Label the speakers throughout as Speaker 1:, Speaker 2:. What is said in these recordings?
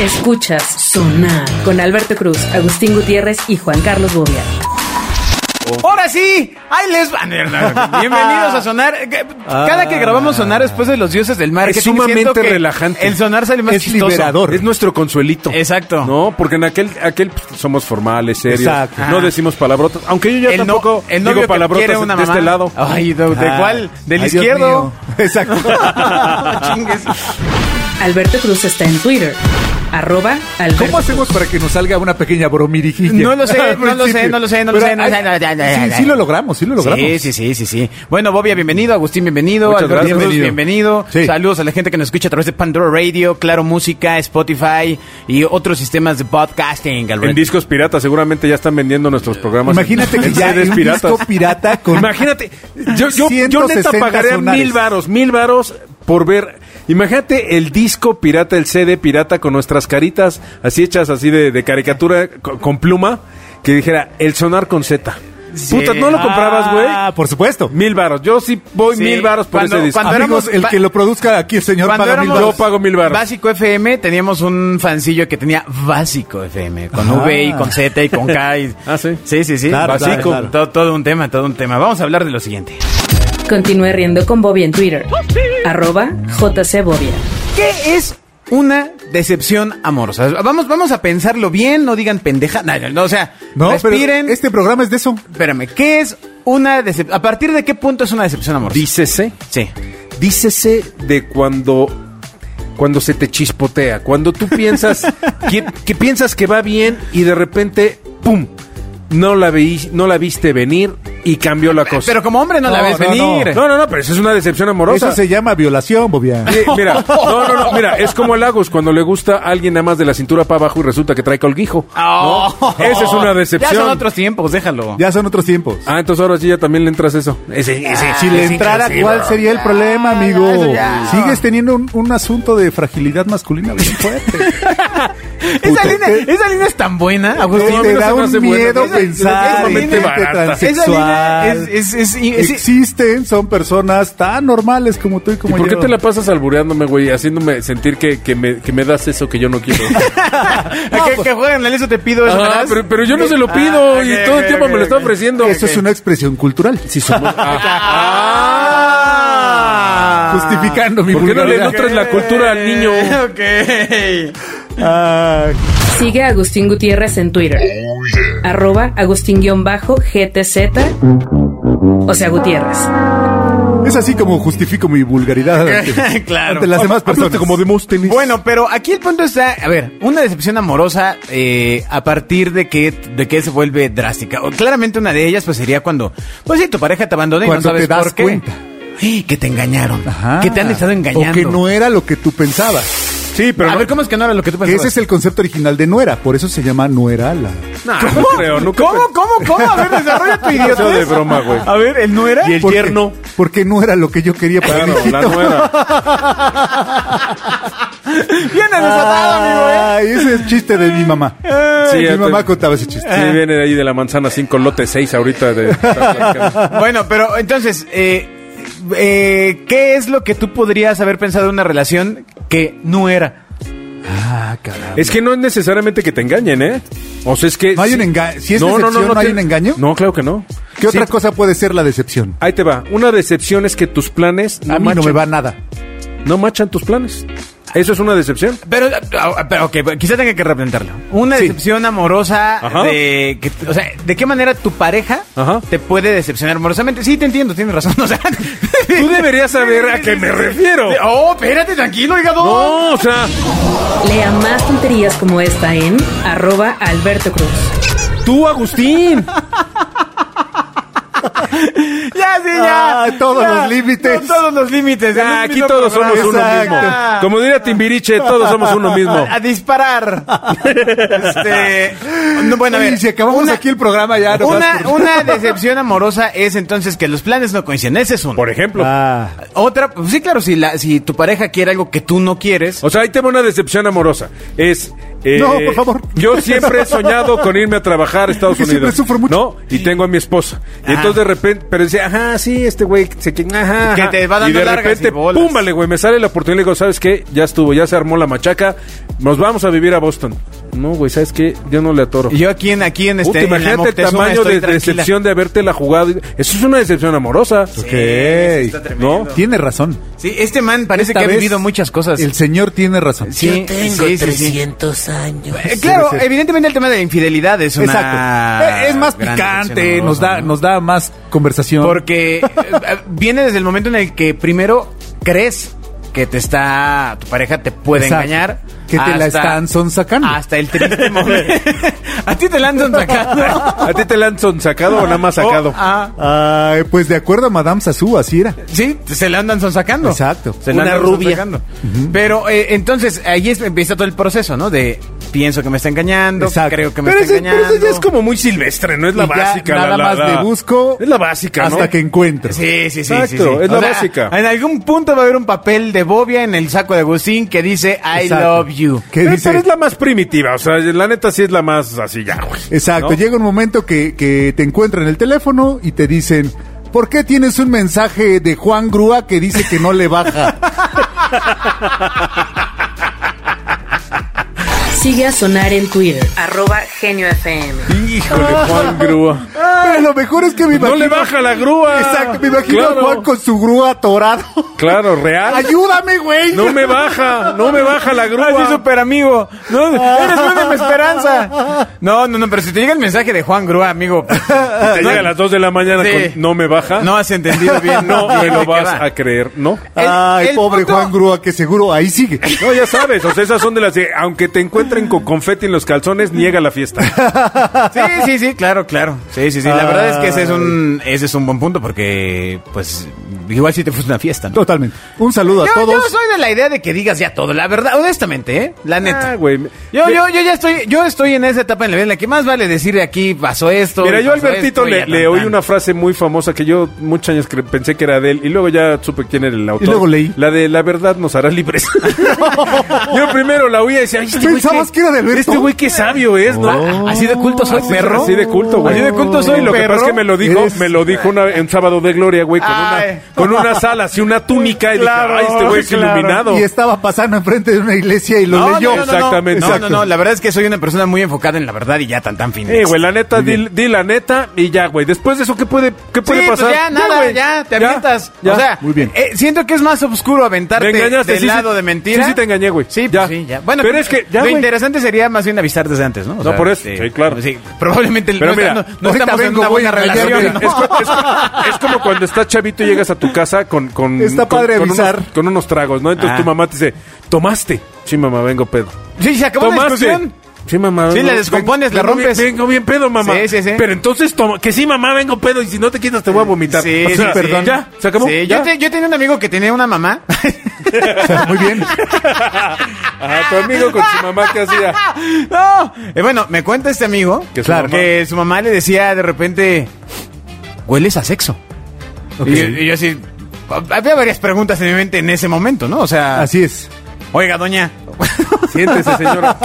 Speaker 1: Escuchas Sonar con Alberto Cruz, Agustín Gutiérrez y Juan Carlos Bobia.
Speaker 2: Ahora sí, ahí les van. Bienvenidos a Sonar. Cada que grabamos Sonar después de los dioses del mar,
Speaker 3: Es sumamente relajante.
Speaker 2: El Sonar sale más
Speaker 3: es
Speaker 2: chistoso.
Speaker 3: liberador. Es nuestro consuelito.
Speaker 2: Exacto.
Speaker 3: No, porque en aquel, aquel pues, somos formales, serios.
Speaker 4: Exacto.
Speaker 3: No decimos palabrotas. Aunque yo ya
Speaker 2: El, no-
Speaker 3: tampoco
Speaker 2: el novio
Speaker 3: digo
Speaker 2: que
Speaker 3: palabrotas
Speaker 2: quiere una
Speaker 3: de
Speaker 2: mamá.
Speaker 3: este lado.
Speaker 2: Ay, ¿de, de
Speaker 4: Ah,
Speaker 2: cuál? ¿Del
Speaker 4: ay, Dios
Speaker 2: izquierdo?
Speaker 4: mío. Exacto.
Speaker 2: Chingues.
Speaker 1: Alberto Cruz está en Twitter. Arroba Alberto
Speaker 4: ¿Cómo hacemos para que nos salga una pequeña bromirijilla?
Speaker 2: No lo sé,
Speaker 4: Al
Speaker 2: no lo
Speaker 4: principio.
Speaker 2: sé, no lo sé, no lo
Speaker 4: Pero
Speaker 2: sé, no
Speaker 4: hay-
Speaker 2: sé, no, ya, ya, ya,
Speaker 4: sí,
Speaker 2: ya.
Speaker 4: sí lo logramos, sí lo logramos.
Speaker 2: Sí, sí, sí, sí, sí. Bueno, Bobia, bienvenido. Agustín, bienvenido.
Speaker 3: Muchas
Speaker 2: Alberto
Speaker 3: gracias.
Speaker 2: Cruz, bienvenido.
Speaker 4: Bienvenido. Sí.
Speaker 2: Saludos a la gente que nos escucha a través de Pandora Radio, Claro Música, Spotify y otros sistemas de podcasting, Alberto.
Speaker 3: En discos piratas, seguramente ya están vendiendo nuestros programas.
Speaker 4: Imagínate
Speaker 3: en-
Speaker 4: que
Speaker 3: en
Speaker 4: ya
Speaker 3: CDs
Speaker 4: hay un
Speaker 3: piratas.
Speaker 4: disco pirata con...
Speaker 3: Imagínate, yo, yo, yo neta
Speaker 4: 160
Speaker 3: pagaría
Speaker 4: sonares.
Speaker 3: mil varos, mil varos por ver. Imagínate el disco pirata, el CD pirata con nuestras caritas así hechas así de, de caricatura con, con pluma que dijera el sonar con Z. Puta, no lo comprabas, güey.
Speaker 4: Ah, por supuesto.
Speaker 3: Mil varos. Yo sí voy
Speaker 2: Sí,
Speaker 3: mil varos por
Speaker 2: cuando-
Speaker 3: ese disco.
Speaker 2: cuando-
Speaker 4: Amigos,
Speaker 2: éramos-
Speaker 4: el que lo produzca aquí el señor
Speaker 2: Cuando
Speaker 4: paga mil
Speaker 2: éramos-
Speaker 3: Yo
Speaker 4: dólares.
Speaker 3: pago mil varos.
Speaker 2: Básico FM, teníamos un fancillo que tenía Básico FM, con
Speaker 4: Ajá.
Speaker 2: V y con Z y con K. y-
Speaker 3: Ah, sí.
Speaker 2: Sí, sí, sí.
Speaker 4: Claro,
Speaker 2: Básico.
Speaker 4: claro, claro.
Speaker 2: Todo, todo un tema, todo un tema. Vamos a hablar de lo siguiente.
Speaker 1: Continúe riendo con Bobia en Twitter.
Speaker 2: Oh,
Speaker 1: Arroba JC Bobia.
Speaker 2: ¿Qué es una decepción amorosa? Vamos, vamos a pensarlo bien, no digan pendeja. No, no, no, o sea,
Speaker 4: No,
Speaker 2: respiren.
Speaker 4: pero este programa es de eso.
Speaker 2: Espérame, ¿qué es una decepción? ¿A partir de qué punto es una decepción amorosa?
Speaker 3: Dícese.
Speaker 2: Sí.
Speaker 3: Dícese de cuando cuando se te chispotea, cuando tú piensas que, que piensas que va bien y de repente pum, no la veí, no la viste venir y cambió la cosa.
Speaker 2: Pero como hombre no, la
Speaker 4: No,
Speaker 2: ves
Speaker 4: no,
Speaker 2: venir.
Speaker 3: no, no, no, pero eso es una decepción amorosa.
Speaker 4: Eso se llama violación, Bobia.
Speaker 3: Sí, Mira, no, no, no, mira, es como el Agus cuando le gusta a alguien nada más de la cintura para abajo y resulta que trae colguijo.
Speaker 2: Ah,
Speaker 3: ¿no?
Speaker 2: oh.
Speaker 3: Esa es una
Speaker 2: Ya son
Speaker 3: decepción.
Speaker 2: otros tiempos, déjalo.
Speaker 4: Ya son otros tiempos.
Speaker 3: Ah, entonces ahora sí ya también le entras eso. Ese, ese-
Speaker 4: Si le
Speaker 2: es
Speaker 4: entrara,
Speaker 2: inclusivo.
Speaker 4: ¿cuál sería el problema, amigo?
Speaker 2: Ah, eso ya.
Speaker 4: Sigues teniendo un, un asunto de fragilidad masculina bien fuerte.
Speaker 2: Esa
Speaker 4: Puta,
Speaker 2: línea,
Speaker 4: ¿qué?
Speaker 2: esa línea es tan buena, Agustín.
Speaker 4: Te,
Speaker 3: Pues a mí no se me hace
Speaker 4: da un
Speaker 3: buena.
Speaker 4: miedo
Speaker 3: Es-
Speaker 2: es
Speaker 4: pensar en
Speaker 2: sumamente
Speaker 4: gente
Speaker 3: barata.
Speaker 2: Esa línea es,
Speaker 4: transexual.
Speaker 2: es, es, es-
Speaker 4: Existen, son personas tan normales como tú y
Speaker 3: ¿Y
Speaker 4: como
Speaker 3: por qué
Speaker 4: yo.
Speaker 3: te la pasas albureándome, güey? Haciéndome sentir que, que, me, que me das eso que yo no quiero.
Speaker 2: que, que jueguen al eso te pido eso.
Speaker 3: Ajá,
Speaker 2: ¿verdad?
Speaker 3: pero, pero yo no se lo
Speaker 2: Ah,
Speaker 3: pido
Speaker 2: ok,
Speaker 3: y todo
Speaker 2: ok,
Speaker 3: el tiempo
Speaker 2: ok,
Speaker 3: me lo está
Speaker 2: ok.
Speaker 3: ofreciendo.
Speaker 4: Eso es una expresión cultural.
Speaker 3: Si somos-
Speaker 4: ah,
Speaker 2: Ah.
Speaker 4: Justificando ah. mi
Speaker 3: ¿Por qué no le
Speaker 4: vulgaridad.
Speaker 3: nutres la cultura al niño?
Speaker 2: Ok.
Speaker 4: Ay.
Speaker 1: Sigue a Agustín Gutiérrez en Twitter.
Speaker 2: Oh,
Speaker 1: Arroba Agustín-GTZ. O sea, Gutiérrez.
Speaker 4: Es así como justifico mi vulgaridad ante,
Speaker 2: Claro.
Speaker 4: ante las demás personas. como Demóstenes.
Speaker 2: Bueno, pero aquí el punto está, a ver, una decepción amorosa eh, a partir de que de que se vuelve drástica. O claramente una de ellas pues sería cuando, pues si tu pareja te abandona y
Speaker 4: Cuando
Speaker 2: no sabes
Speaker 4: te das
Speaker 2: por qué.
Speaker 4: cuenta.
Speaker 2: Ay, Que te engañaron, que te han estado engañando.
Speaker 4: O que no era lo que tú pensabas.
Speaker 3: Sí, pero
Speaker 2: a
Speaker 3: no-
Speaker 2: ver, ¿cómo es que no era lo que tú
Speaker 4: Que
Speaker 2: pensabas?
Speaker 4: ese es el concepto original de nuera, por eso se llama nuera la.
Speaker 3: Nah,
Speaker 2: ¿Cómo?
Speaker 3: no creo, nunca
Speaker 2: ¿Cómo,
Speaker 3: pe-
Speaker 2: cómo, cómo? A ver, desarrolla tu idiota.
Speaker 3: Eso de broma, güey.
Speaker 2: A ver, ¿el no era?
Speaker 3: Y el
Speaker 4: Porque-
Speaker 3: yerno.
Speaker 4: Porque no era lo que yo quería para
Speaker 3: Claro,
Speaker 4: mi hijito.
Speaker 3: la nuera.
Speaker 2: Viene desatado,
Speaker 3: Ah.
Speaker 2: amigo, ¿eh? Ah.
Speaker 4: Ay, Ah, ese es chiste de mi mamá.
Speaker 3: Sí, ya
Speaker 4: mi
Speaker 3: te-
Speaker 4: mamá contaba ese chiste.
Speaker 3: Sí, viene de ahí de la manzana 5, lote 6 ahorita de...
Speaker 2: Bueno, pero entonces, eh, eh, ¿qué es lo que tú podrías haber pensado en una relación que no era?
Speaker 4: Ah, caramba.
Speaker 3: Es que no es necesariamente que te engañen, ¿eh? O sea, es que...
Speaker 4: No hay un enga- si es decepción, ¿no hay
Speaker 3: te-
Speaker 4: un engaño?
Speaker 3: No, claro que no.
Speaker 4: ¿Qué otra
Speaker 3: Sí,
Speaker 4: cosa puede ser la decepción?
Speaker 3: Ahí te va. Una decepción es que tus planes no,
Speaker 4: a mí
Speaker 3: machan,
Speaker 4: no me va nada.
Speaker 3: no machan tus planes. Eso es una decepción.
Speaker 2: Pero, ah, pero ok, quizá tenga que replantearlo. Una
Speaker 4: Sí.
Speaker 2: decepción amorosa
Speaker 3: Ajá.
Speaker 2: de... que- o sea, ¿de qué manera tu pareja
Speaker 3: Ajá.
Speaker 2: te puede decepcionar amorosamente? Sí, te entiendo, tienes razón. O sea,
Speaker 3: Tú deberías saber a qué me refiero.
Speaker 2: Oh, espérate, tranquilo, hígado.
Speaker 3: No, o sea,
Speaker 1: Lea más tonterías como esta en arroba Alberto Cruz.
Speaker 3: tú, Agustín.
Speaker 2: Ya, sí, ya.
Speaker 4: Ah, todos
Speaker 2: Ya.
Speaker 4: los límites.
Speaker 2: No, Todos los límites. en un
Speaker 3: Ah, aquí
Speaker 2: mismo
Speaker 3: todos
Speaker 2: programa.
Speaker 3: somos uno
Speaker 4: Exacto.
Speaker 3: mismo.
Speaker 2: Ah.
Speaker 3: Como diría Timbiriche, todos somos uno mismo.
Speaker 2: A, a disparar. este, no, bueno, a ver.
Speaker 4: Y si acabamos
Speaker 2: una-
Speaker 4: aquí el programa ya. nomás
Speaker 2: Una,
Speaker 4: por-
Speaker 2: una decepción amorosa es entonces que los planes no coinciden. Ese es uno.
Speaker 3: Por ejemplo.
Speaker 4: Ah.
Speaker 2: Otra, pues sí, claro, si, la, si tu pareja quiere algo que tú no quieres.
Speaker 3: O sea, ahí tengo una decepción amorosa. Es. eh,
Speaker 4: No, por favor.
Speaker 3: Yo siempre he soñado con irme a trabajar a Estados
Speaker 4: Porque
Speaker 3: Unidos.
Speaker 4: siempre sufro mucho.
Speaker 3: No, y tengo a mi esposa. Y
Speaker 2: Ajá.
Speaker 3: entonces de repente pero decía, ajá, sí, este güey, se que, ajá,
Speaker 2: Que
Speaker 3: ajá".
Speaker 2: te va dando
Speaker 3: y de
Speaker 2: largas
Speaker 3: repente,
Speaker 2: y bolas.
Speaker 3: pum, vale, güey, me sale la oportunidad y le digo, ¿sabes qué? Ya estuvo, ya se armó la machaca, nos vamos a vivir a Boston. No, güey, ¿sabes qué? Yo no le atoro.
Speaker 2: Y yo aquí en, aquí en este.
Speaker 3: Puta,
Speaker 2: en la
Speaker 3: imagínate el
Speaker 2: Moctezuma
Speaker 3: tamaño
Speaker 2: estoy
Speaker 3: de
Speaker 2: tranquila.
Speaker 3: decepción de habértela jugado. Eso es una decepción amorosa.
Speaker 2: Sí, eso está
Speaker 4: Ok.
Speaker 2: tremendo.
Speaker 3: ¿No?
Speaker 4: Tiene razón.
Speaker 2: Sí, este man parece
Speaker 4: Esta
Speaker 2: que ha
Speaker 4: vez,
Speaker 2: vivido muchas cosas.
Speaker 4: El señor tiene razón.
Speaker 2: Sí,
Speaker 5: Yo tengo
Speaker 2: sí, sí, sí.
Speaker 5: 300 años.
Speaker 2: Eh, claro,
Speaker 4: Sí, sí.
Speaker 2: evidentemente el tema de la infidelidad es una.
Speaker 4: Exacto. Eh, Es más
Speaker 2: gran
Speaker 4: picante,
Speaker 2: decepción
Speaker 4: nos da,
Speaker 2: amorosa, ¿no?
Speaker 4: nos da más conversación.
Speaker 2: Porque eh, viene desde el momento en el que primero crees que te está tu pareja te puede
Speaker 4: Exacto.
Speaker 2: engañar
Speaker 4: Que te la están sonsacando.
Speaker 2: hasta el triste momento a ti te la han sonsacando
Speaker 3: ¿A ti te la han sonsacado o nada más sacado?
Speaker 2: Oh, ah,
Speaker 4: Ay, pues de acuerdo a Madame Sassou, así era.
Speaker 2: sí se la andan sonsacando
Speaker 4: Exacto.
Speaker 2: se la
Speaker 4: Una
Speaker 2: andan
Speaker 4: rubia.
Speaker 2: sonsacando. pero eh, entonces ahí es- empieza todo el proceso no de pienso que me está engañando
Speaker 4: Exacto.
Speaker 2: creo que me
Speaker 3: Pero,
Speaker 2: está
Speaker 3: ese- pero
Speaker 2: engañando
Speaker 3: eso ya es como muy silvestre, ¿no? Es la
Speaker 4: Y ya
Speaker 3: básica. la-
Speaker 4: Nada
Speaker 3: la-
Speaker 4: más
Speaker 3: la-
Speaker 4: le busco.
Speaker 3: Es la básica, ¿no?
Speaker 4: Hasta que encuentro.
Speaker 2: Sí, sí, sí.
Speaker 3: Exacto,
Speaker 2: sí, sí.
Speaker 3: es la básica.
Speaker 2: En algún punto va a haber un papel de Bobia en el saco de Agustín que dice I
Speaker 4: Exacto.
Speaker 2: love you.
Speaker 4: ¿Qué
Speaker 3: pero,
Speaker 4: dice?
Speaker 3: pero es la más primitiva, o sea, la neta sí es la más así ya, güey.
Speaker 4: Exacto.
Speaker 3: ¿no?
Speaker 4: Llega un momento que, que te encuentran el teléfono y te dicen. ¿Por qué tienes un mensaje de Juan Grúa que dice que no le baja?
Speaker 1: Sigue a sonar en Twitter. Arroba Genio FM.
Speaker 3: Híjole, Juan Grúa.
Speaker 4: Pero lo mejor es que me
Speaker 3: No
Speaker 4: imagino...
Speaker 3: le baja la grúa.
Speaker 4: Exacto, me imagino
Speaker 3: Claro.
Speaker 4: a Juan con su grúa atorado.
Speaker 3: Claro, real.
Speaker 4: ¡Ayúdame, güey!
Speaker 3: No me baja, no me baja la grúa.
Speaker 2: Así super amigo. No,
Speaker 4: Ah.
Speaker 2: eres una de mi esperanza. No, no, no, pero si te llega el mensaje de Juan Grúa, amigo.
Speaker 3: Te llega a las 2 de la mañana
Speaker 2: Sí.
Speaker 3: con no me baja.
Speaker 2: No has entendido bien.
Speaker 3: no me
Speaker 2: bien
Speaker 3: lo
Speaker 2: de qué
Speaker 3: vas
Speaker 2: va.
Speaker 3: a creer, ¿no?
Speaker 2: El-
Speaker 4: Ay,
Speaker 2: el
Speaker 4: pobre
Speaker 2: punto-
Speaker 4: Juan Grúa, que seguro ahí sigue.
Speaker 3: No, ya sabes, o sea, esas son de las que, aunque te encuentren con confeti en los calzones, niega la fiesta.
Speaker 2: Sí, sí, sí, claro, claro. Sí, sí, sí. La verdad es que ese es un, ese es un buen punto porque, pues, igual si te fuiste a una fiesta, ¿no?
Speaker 4: Totalmente. Un saludo a
Speaker 2: Yo,
Speaker 4: todos.
Speaker 2: yo soy de la idea de que digas ya todo, la verdad, honestamente, ¿eh? La neta.
Speaker 3: Ah, güey.
Speaker 2: Yo, yo, yo ya estoy, yo estoy en esa etapa en la vida en la que más vale decir de aquí pasó esto.
Speaker 3: Mira,
Speaker 2: y
Speaker 3: yo a
Speaker 2: pasó
Speaker 3: Albertito
Speaker 2: esto, y
Speaker 3: le,
Speaker 2: ya,
Speaker 3: le
Speaker 2: tan,
Speaker 3: oí
Speaker 2: tan.
Speaker 3: una frase muy famosa que yo muchos años cre- pensé que era de él y luego ya supe quién era el autor.
Speaker 4: luego leí.
Speaker 3: La de la verdad nos hará libres. yo primero la oía y decía, "Ay, este güey
Speaker 4: Pensabas
Speaker 3: qué-
Speaker 4: que era de Alberto. Oh.
Speaker 3: Este güey qué sabio es, ¿no?
Speaker 2: Ah, Así de culto soy
Speaker 3: Así-
Speaker 2: perro.
Speaker 3: Así de culto, güey.
Speaker 2: Así de culto soy
Speaker 3: Lo que
Speaker 2: perro.
Speaker 3: pasa es que me lo dijo,
Speaker 4: Eres-
Speaker 3: me lo dijo una, en sábado de gloria, güey, con,
Speaker 2: Ay.
Speaker 3: una, con unas alas y una túnica. Y
Speaker 2: Claro,
Speaker 3: dije, ay, este güey es
Speaker 2: claro.
Speaker 3: iluminado.
Speaker 4: Y estaba pasando enfrente de una iglesia y lo
Speaker 2: No, no,
Speaker 4: leyó.
Speaker 2: no, no,
Speaker 3: Exactamente.
Speaker 2: No, no,
Speaker 3: Exacto.
Speaker 2: no, la verdad es que soy una persona muy enfocada en la verdad y ya tan tan fin.
Speaker 3: Eh, güey, la neta, di, di la neta y ya, güey. Después de eso, ¿qué puede, qué
Speaker 2: Sí,
Speaker 3: puede
Speaker 2: pues
Speaker 3: pasar?
Speaker 2: ya, nada,
Speaker 3: güey.
Speaker 2: ya, te avientas.
Speaker 3: ya.
Speaker 2: o sea,
Speaker 4: muy bien.
Speaker 2: eh, siento que es más oscuro aventarte
Speaker 3: Me engañaste,
Speaker 2: del
Speaker 3: sí, sí.
Speaker 2: lado de mentira.
Speaker 3: Sí, sí te engañé, güey.
Speaker 2: Sí, pues
Speaker 3: Ya.
Speaker 2: sí, ya. Bueno,
Speaker 3: Pero es que, ya,
Speaker 2: lo
Speaker 3: güey.
Speaker 2: interesante sería más bien avisar desde antes, ¿no? O este, pues
Speaker 3: No, por eso. Sí, claro.
Speaker 2: probablemente
Speaker 3: Pero
Speaker 2: no,
Speaker 3: mira,
Speaker 2: no- no
Speaker 4: ahorita
Speaker 2: estamos en
Speaker 4: vengo,
Speaker 2: una
Speaker 4: voy
Speaker 2: buena
Speaker 4: a engañarte.
Speaker 2: relación.
Speaker 4: No.
Speaker 3: Es, co- es co- es como cuando estás chavito y llegas a tu casa con, con,
Speaker 4: Está
Speaker 3: con-
Speaker 4: padre
Speaker 3: con unos-
Speaker 4: avisar.
Speaker 3: Con unos, tragos, ¿no? Entonces
Speaker 2: Ah.
Speaker 3: tu mamá te dice, ¿tomaste? Sí, mamá, vengo pedo.
Speaker 2: Sí, se acabó la
Speaker 3: ¿Tomaste?
Speaker 2: discusión.
Speaker 3: Sí, mamá.
Speaker 2: Sí,
Speaker 3: vengo-
Speaker 2: la descompones, la
Speaker 3: vengo
Speaker 2: rompes.
Speaker 3: bien- vengo bien pedo, mamá.
Speaker 2: Sí, sí, sí.
Speaker 3: Pero entonces, toma, que sí, mamá, vengo pedo. Y si no te quitas, te voy a vomitar.
Speaker 2: Sí,
Speaker 3: O sea,
Speaker 2: sí,
Speaker 3: perdón.
Speaker 2: sí.
Speaker 3: Ya, se acabó.
Speaker 2: Sí,
Speaker 3: ya.
Speaker 2: Yo, te- yo tenía un amigo que tenía una mamá.
Speaker 4: O sea, muy bien.
Speaker 3: Ajá, Ah, tu amigo con su mamá que hacía.
Speaker 2: no. Eh, bueno, me cuenta este amigo
Speaker 3: Que su
Speaker 2: claro,
Speaker 3: mamá-
Speaker 2: que su mamá le decía de repente, hueles a sexo. Y, yo- y yo así, había varias preguntas en mi mente en ese momento, ¿no? O sea,
Speaker 4: Así es.
Speaker 2: oiga, doña,
Speaker 3: Siéntese, señora.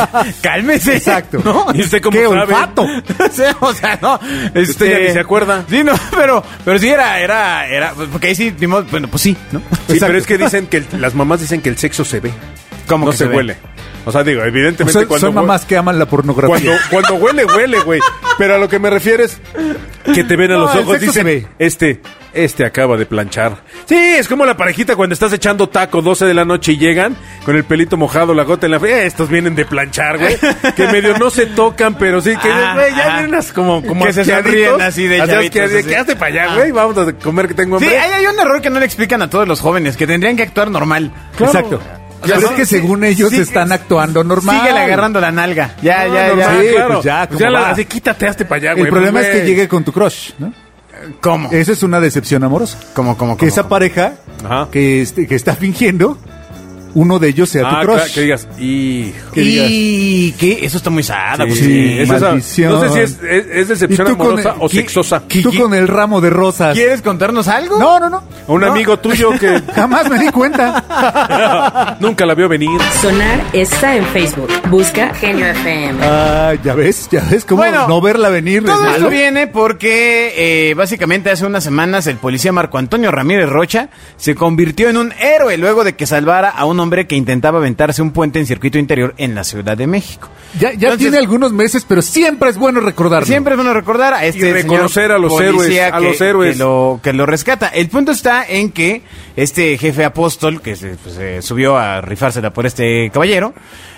Speaker 2: cálmese.
Speaker 4: Exacto.
Speaker 2: ¿No?
Speaker 3: ¿Y usted cómo
Speaker 2: Qué
Speaker 3: sabe?
Speaker 2: olfato. o, sea, o sea, no. Este,
Speaker 3: Usted ya ni se acuerda.
Speaker 2: Sí, no, pero, pero sí era, era, era, pues, porque ahí sí, ni modo, bueno, pues sí, ¿no?
Speaker 3: Sí, pero es que dicen que el- las mamás dicen que el sexo se ve.
Speaker 2: ¿Cómo
Speaker 3: no
Speaker 2: que
Speaker 3: se,
Speaker 2: se ve?
Speaker 3: huele. O sea, digo,
Speaker 4: O
Speaker 3: evidentemente
Speaker 4: sea,
Speaker 3: cuando
Speaker 4: son
Speaker 3: hue-
Speaker 4: mamás que aman la
Speaker 3: Cuando,
Speaker 4: pornografía.
Speaker 3: cuando huele, huele, güey. Pero a lo que me refiero es que te ven a
Speaker 4: No,
Speaker 3: los
Speaker 4: el
Speaker 3: ojos,
Speaker 4: sexo se
Speaker 3: dicen,
Speaker 4: ve.
Speaker 3: este, este acaba de planchar. Sí, es como la parejita cuando estás echando taco 12 de la noche y llegan con el pelito mojado, la gota en la frente. estos vienen de planchar, güey. Que medio no se tocan, pero sí que,
Speaker 2: Ah,
Speaker 3: güey, ya
Speaker 2: ah.
Speaker 3: vienen unas como, como
Speaker 2: Que se
Speaker 3: asqueaditos.
Speaker 2: sonríen así de llavitos,
Speaker 3: asqueaditos,
Speaker 2: así.
Speaker 3: ¿Qué haces para
Speaker 4: Ah.
Speaker 3: allá, güey? Vamos a comer que tengo
Speaker 2: Sí,
Speaker 3: hambre.
Speaker 2: ahí hay un error que no le explican a todos los jóvenes, que tendrían que actuar normal.
Speaker 4: Exacto.
Speaker 2: O sea,
Speaker 4: Pero
Speaker 2: sí,
Speaker 4: es que
Speaker 2: sí,
Speaker 4: según ellos
Speaker 2: sí,
Speaker 4: están actuando normal.
Speaker 2: Síguele agarrando la nalga. Ya,
Speaker 3: No,
Speaker 2: ya,
Speaker 3: normal,
Speaker 2: ya.
Speaker 4: Sí,
Speaker 3: claro.
Speaker 4: pues ya,
Speaker 3: Pues
Speaker 4: ¿cómo
Speaker 3: la-
Speaker 4: va?
Speaker 3: así, quítate, hazte para allá, güey. pues,
Speaker 4: El problema es que
Speaker 3: güey.
Speaker 4: llegue con tu crush, ¿no?
Speaker 2: ¿Cómo?
Speaker 4: Eso es una decepción amorosa.
Speaker 2: ¿Cómo, cómo,
Speaker 4: Que
Speaker 2: cómo,
Speaker 4: esa
Speaker 2: cómo?
Speaker 4: pareja
Speaker 3: Ajá.
Speaker 4: que, este- que está fingiendo uno de ellos sea
Speaker 3: Ah,
Speaker 4: tu
Speaker 3: claro,
Speaker 4: crush.
Speaker 3: que digas, hijo.
Speaker 4: que digas-
Speaker 2: Y que eso está muy sad, Agustín.
Speaker 4: Sí,
Speaker 3: Eso Ah, pues es-
Speaker 4: maldición.
Speaker 3: no sé si es, es- es decepción
Speaker 4: ¿Y tú con
Speaker 3: amorosa
Speaker 4: el-
Speaker 3: o
Speaker 4: qué-
Speaker 3: sexosa.
Speaker 2: qué-
Speaker 4: Tú
Speaker 2: ¿Qui-
Speaker 4: con el ramo de rosas.
Speaker 2: ¿Quieres contarnos algo?
Speaker 4: No, no, no.
Speaker 3: A un
Speaker 4: No,
Speaker 3: amigo tuyo que
Speaker 4: Jamás me di cuenta.
Speaker 3: nunca la vio venir.
Speaker 1: Sonar está en Facebook. Busca Genio FM.
Speaker 4: Ah, ya ves, ya ves cómo
Speaker 2: Bueno,
Speaker 4: no verla venir.
Speaker 2: Todo
Speaker 4: es
Speaker 2: esto
Speaker 4: malo.
Speaker 2: viene porque eh, básicamente hace unas semanas el policía Marco Antonio Ramírez Rocha se convirtió en un héroe luego de que salvara a un hombre que intentaba aventarse un puente en circuito interior en la Ciudad de México.
Speaker 4: Ya, ya
Speaker 2: Entonces,
Speaker 4: tiene algunos meses, pero siempre es bueno recordarlo.
Speaker 2: Siempre es bueno recordar a este
Speaker 3: Y reconocer
Speaker 2: señor
Speaker 3: a los
Speaker 2: policía
Speaker 3: héroes, a
Speaker 2: que-
Speaker 3: los héroes.
Speaker 2: que lo, que lo rescata. El punto está en que este jefe apóstol que se pues, eh, subió a rifársela por este caballero,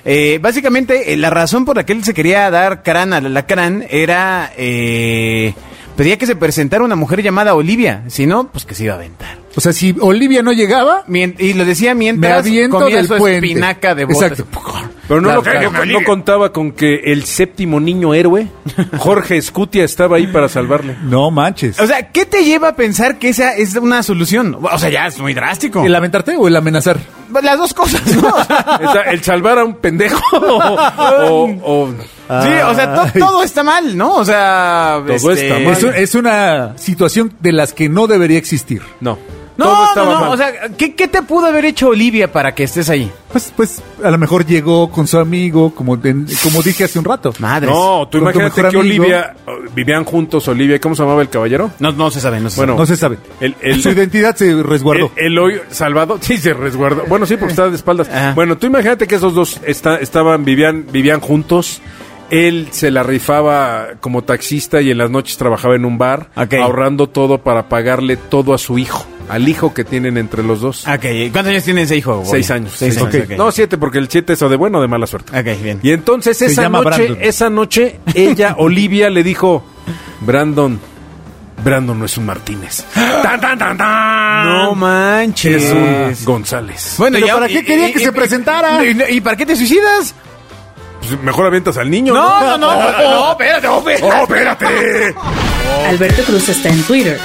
Speaker 2: eh, básicamente eh, la razón por la que él se quería dar crán al alacrán era eh, pedía que se presentara una mujer llamada Olivia, si no, pues que se iba a aventar.
Speaker 4: O sea, si Olivia no llegaba,
Speaker 2: Mien- y lo decía
Speaker 4: me
Speaker 2: mientras
Speaker 4: aviento
Speaker 2: comía
Speaker 4: del
Speaker 2: su
Speaker 4: puente.
Speaker 2: espinaca de botas.
Speaker 4: Exacto.
Speaker 3: Pero no,
Speaker 4: Claro,
Speaker 3: lo-
Speaker 4: claro.
Speaker 3: no- no contaba con que el séptimo niño héroe, Jorge Escutia, estaba ahí para salvarle.
Speaker 4: No manches.
Speaker 2: O sea, ¿qué te lleva a pensar que esa es una solución? O sea, ya es muy drástico.
Speaker 4: ¿El lamentarte o el amenazar?
Speaker 2: Las dos cosas, ¿no? O sea,
Speaker 3: O sea, el salvar a un pendejo o, o- o-
Speaker 4: Ah.
Speaker 2: Sí, o sea, to-
Speaker 4: Ay.
Speaker 2: todo está mal, ¿no? O sea, este,
Speaker 3: Todo está mal.
Speaker 4: Es, un- es una situación de las que no debería existir.
Speaker 3: no. Todo
Speaker 2: No, no,
Speaker 3: estaba
Speaker 2: no,
Speaker 3: mal.
Speaker 2: o sea, ¿qué, qué te pudo haber hecho Olivia para que estés ahí?
Speaker 4: Pues, pues a lo mejor llegó con su amigo, como, de- como dije hace un rato.
Speaker 2: Madres.
Speaker 3: no, tú
Speaker 4: Con tu
Speaker 3: imagínate que
Speaker 4: mejor amigo.
Speaker 3: Olivia oh, vivían juntos Olivia, ¿cómo se llamaba el caballero?
Speaker 2: No, no se sabe, no se
Speaker 3: Bueno,
Speaker 4: No se sabe.
Speaker 3: El- el-
Speaker 4: Su identidad se resguardó.
Speaker 3: El, el hoyo salvado, sí, se resguardó. Bueno, sí, porque estaba de espaldas.
Speaker 2: Ajá.
Speaker 3: Bueno, tú imagínate que esos dos esta- estaban, vivían, vivían juntos. Él se la rifaba como taxista y en las noches trabajaba en un bar,
Speaker 2: Ok.
Speaker 3: ahorrando todo para pagarle todo a su hijo, al hijo que tienen entre los dos.
Speaker 2: sabe. Ok, ¿cuántos años tiene ese hijo? güey?
Speaker 3: Seis años.
Speaker 2: Ah, Seis años,
Speaker 3: Ok.
Speaker 2: ok.
Speaker 3: No, siete, porque el siete es o de bueno o de mala suerte.
Speaker 2: Ok, bien.
Speaker 3: Y entonces
Speaker 4: Se
Speaker 3: esa
Speaker 4: llama
Speaker 3: noche,
Speaker 4: Brandon.
Speaker 3: esa noche, ella, Olivia, le dijo, Brandon, Brandon no es un Martínez. ¡Tan, tan, tan, tan!
Speaker 2: ¡Ah! No manches.
Speaker 3: Es un González.
Speaker 2: Bueno,
Speaker 4: Pero
Speaker 2: ya-
Speaker 4: ¿para qué
Speaker 2: y-
Speaker 4: quería
Speaker 2: y-
Speaker 4: que
Speaker 2: y-
Speaker 4: se presentara?
Speaker 2: ¿Y, y para qué te suicidas?
Speaker 3: Pues mejor avientas al niño.
Speaker 2: No, no, no, no, no, espérate, oh, espérate.
Speaker 3: ¡Oh, espérate!
Speaker 1: Alberto Cruz está en Twitter.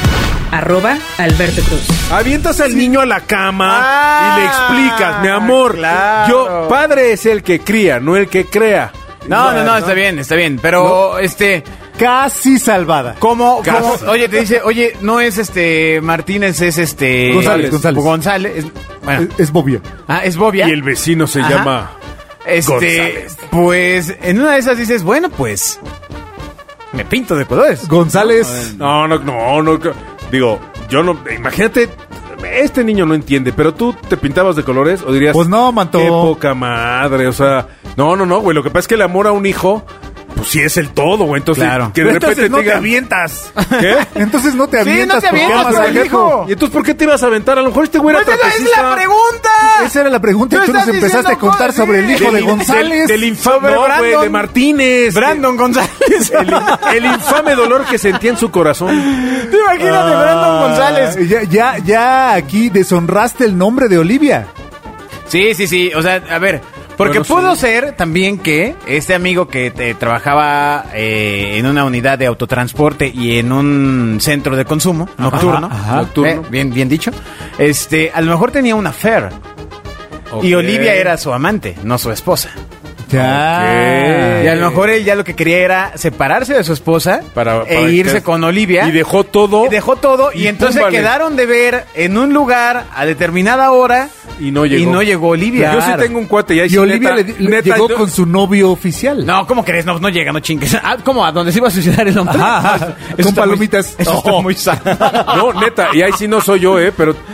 Speaker 1: Arroba Alberto Cruz.
Speaker 3: Avientas al niño a la cama
Speaker 2: Ah,
Speaker 3: y le explicas, mi amor,
Speaker 2: claro.
Speaker 3: yo, padre es el que cría, no el que crea.
Speaker 2: No, no, no, está bien, está bien, pero este...
Speaker 4: Casi salvada.
Speaker 2: ¿Cómo,
Speaker 3: Caso.
Speaker 2: cómo- Oye, te dice, oye, no es este Martínez, es este.
Speaker 4: González, González.
Speaker 2: González. es- bueno.
Speaker 4: Es, es bobia.
Speaker 2: ah, es Bobia.
Speaker 3: Y el vecino se
Speaker 2: Ajá.
Speaker 3: llama...
Speaker 2: este,
Speaker 3: González.
Speaker 2: Pues en una de esas dices, bueno, pues. Me pinto de colores. Ah,
Speaker 4: González.
Speaker 3: No, no, no, no. que- Digo, yo no. Imagínate, este niño no entiende, pero tú te pintabas de colores o dirías.
Speaker 4: Pues no, manto.
Speaker 3: Qué poca madre, o sea. No, no, no, güey. Lo que pasa es que el amor a un hijo, pues sí es el todo, güey. Entonces,
Speaker 2: Claro.
Speaker 3: que de
Speaker 4: Entonces
Speaker 3: repente
Speaker 4: no te
Speaker 3: diga,
Speaker 4: avientas.
Speaker 2: Pues,
Speaker 3: ¿Qué?
Speaker 4: Entonces no te
Speaker 2: Sí, no
Speaker 4: avientas.
Speaker 2: te
Speaker 4: porque
Speaker 2: avientas,
Speaker 4: amas
Speaker 2: pero
Speaker 4: al
Speaker 2: hijo.
Speaker 4: hijo.
Speaker 3: ¿Y entonces por qué te ibas a aventar? A lo mejor este güey era
Speaker 2: Pues, esa es la
Speaker 3: trapecista.
Speaker 2: pregunta.
Speaker 4: Esa era la pregunta. y Tú nos
Speaker 2: estás
Speaker 4: empezaste a
Speaker 2: diciendo
Speaker 4: contar
Speaker 2: cosas,
Speaker 4: sobre el
Speaker 2: sí.
Speaker 4: hijo de
Speaker 3: Del-
Speaker 4: González.
Speaker 3: Del, del infame
Speaker 2: Sobre
Speaker 3: no, güey,
Speaker 2: Brandon.
Speaker 3: de Martínez.
Speaker 2: Brandon González.
Speaker 3: El, el infame dolor que sentía en su corazón.
Speaker 2: Imagínate,
Speaker 4: Ah.
Speaker 2: Brandon González.
Speaker 4: Ya, ya, ya aquí deshonraste el nombre de Olivia.
Speaker 2: Sí, sí, sí. O sea, a ver. Porque
Speaker 3: Bueno,
Speaker 2: pudo
Speaker 3: sí.
Speaker 2: ser también que este amigo que eh, trabajaba eh, en una unidad de autotransporte y en un centro de consumo nocturno,
Speaker 4: ajá.
Speaker 2: nocturno, eh, bien, bien dicho, este, a lo mejor tenía una affair y
Speaker 3: Ok.
Speaker 2: Olivia era su amante, no su esposa.
Speaker 4: Ya.
Speaker 3: Ok.
Speaker 2: Y a lo mejor él ya lo que quería era separarse de su esposa
Speaker 3: Para- para
Speaker 2: e irse
Speaker 3: que-
Speaker 2: con Olivia.
Speaker 3: Y dejó todo.
Speaker 2: Y dejó todo y,
Speaker 3: Y
Speaker 2: entonces
Speaker 3: púmbale.
Speaker 2: quedaron de ver en un lugar a determinada hora
Speaker 3: Y no llegó.
Speaker 2: y no llegó Olivia.
Speaker 3: Yo sí tengo un cuate y ahí
Speaker 4: Y
Speaker 3: sí,
Speaker 4: Olivia
Speaker 3: neta,
Speaker 4: le, le
Speaker 3: neta,
Speaker 4: llegó
Speaker 3: yo-
Speaker 4: con su novio oficial.
Speaker 2: No, ¿cómo crees? No, no llega, no chingues. Ah, ¿Cómo? ¿A dónde se iba a suicidar el hombre?
Speaker 4: Ajá, ajá.
Speaker 2: Eso
Speaker 4: Con
Speaker 2: está muy-
Speaker 4: palomitas.
Speaker 2: eso está
Speaker 4: No.
Speaker 2: muy sano.
Speaker 3: No, neta, y ahí sí no soy yo, ¿eh? Pero.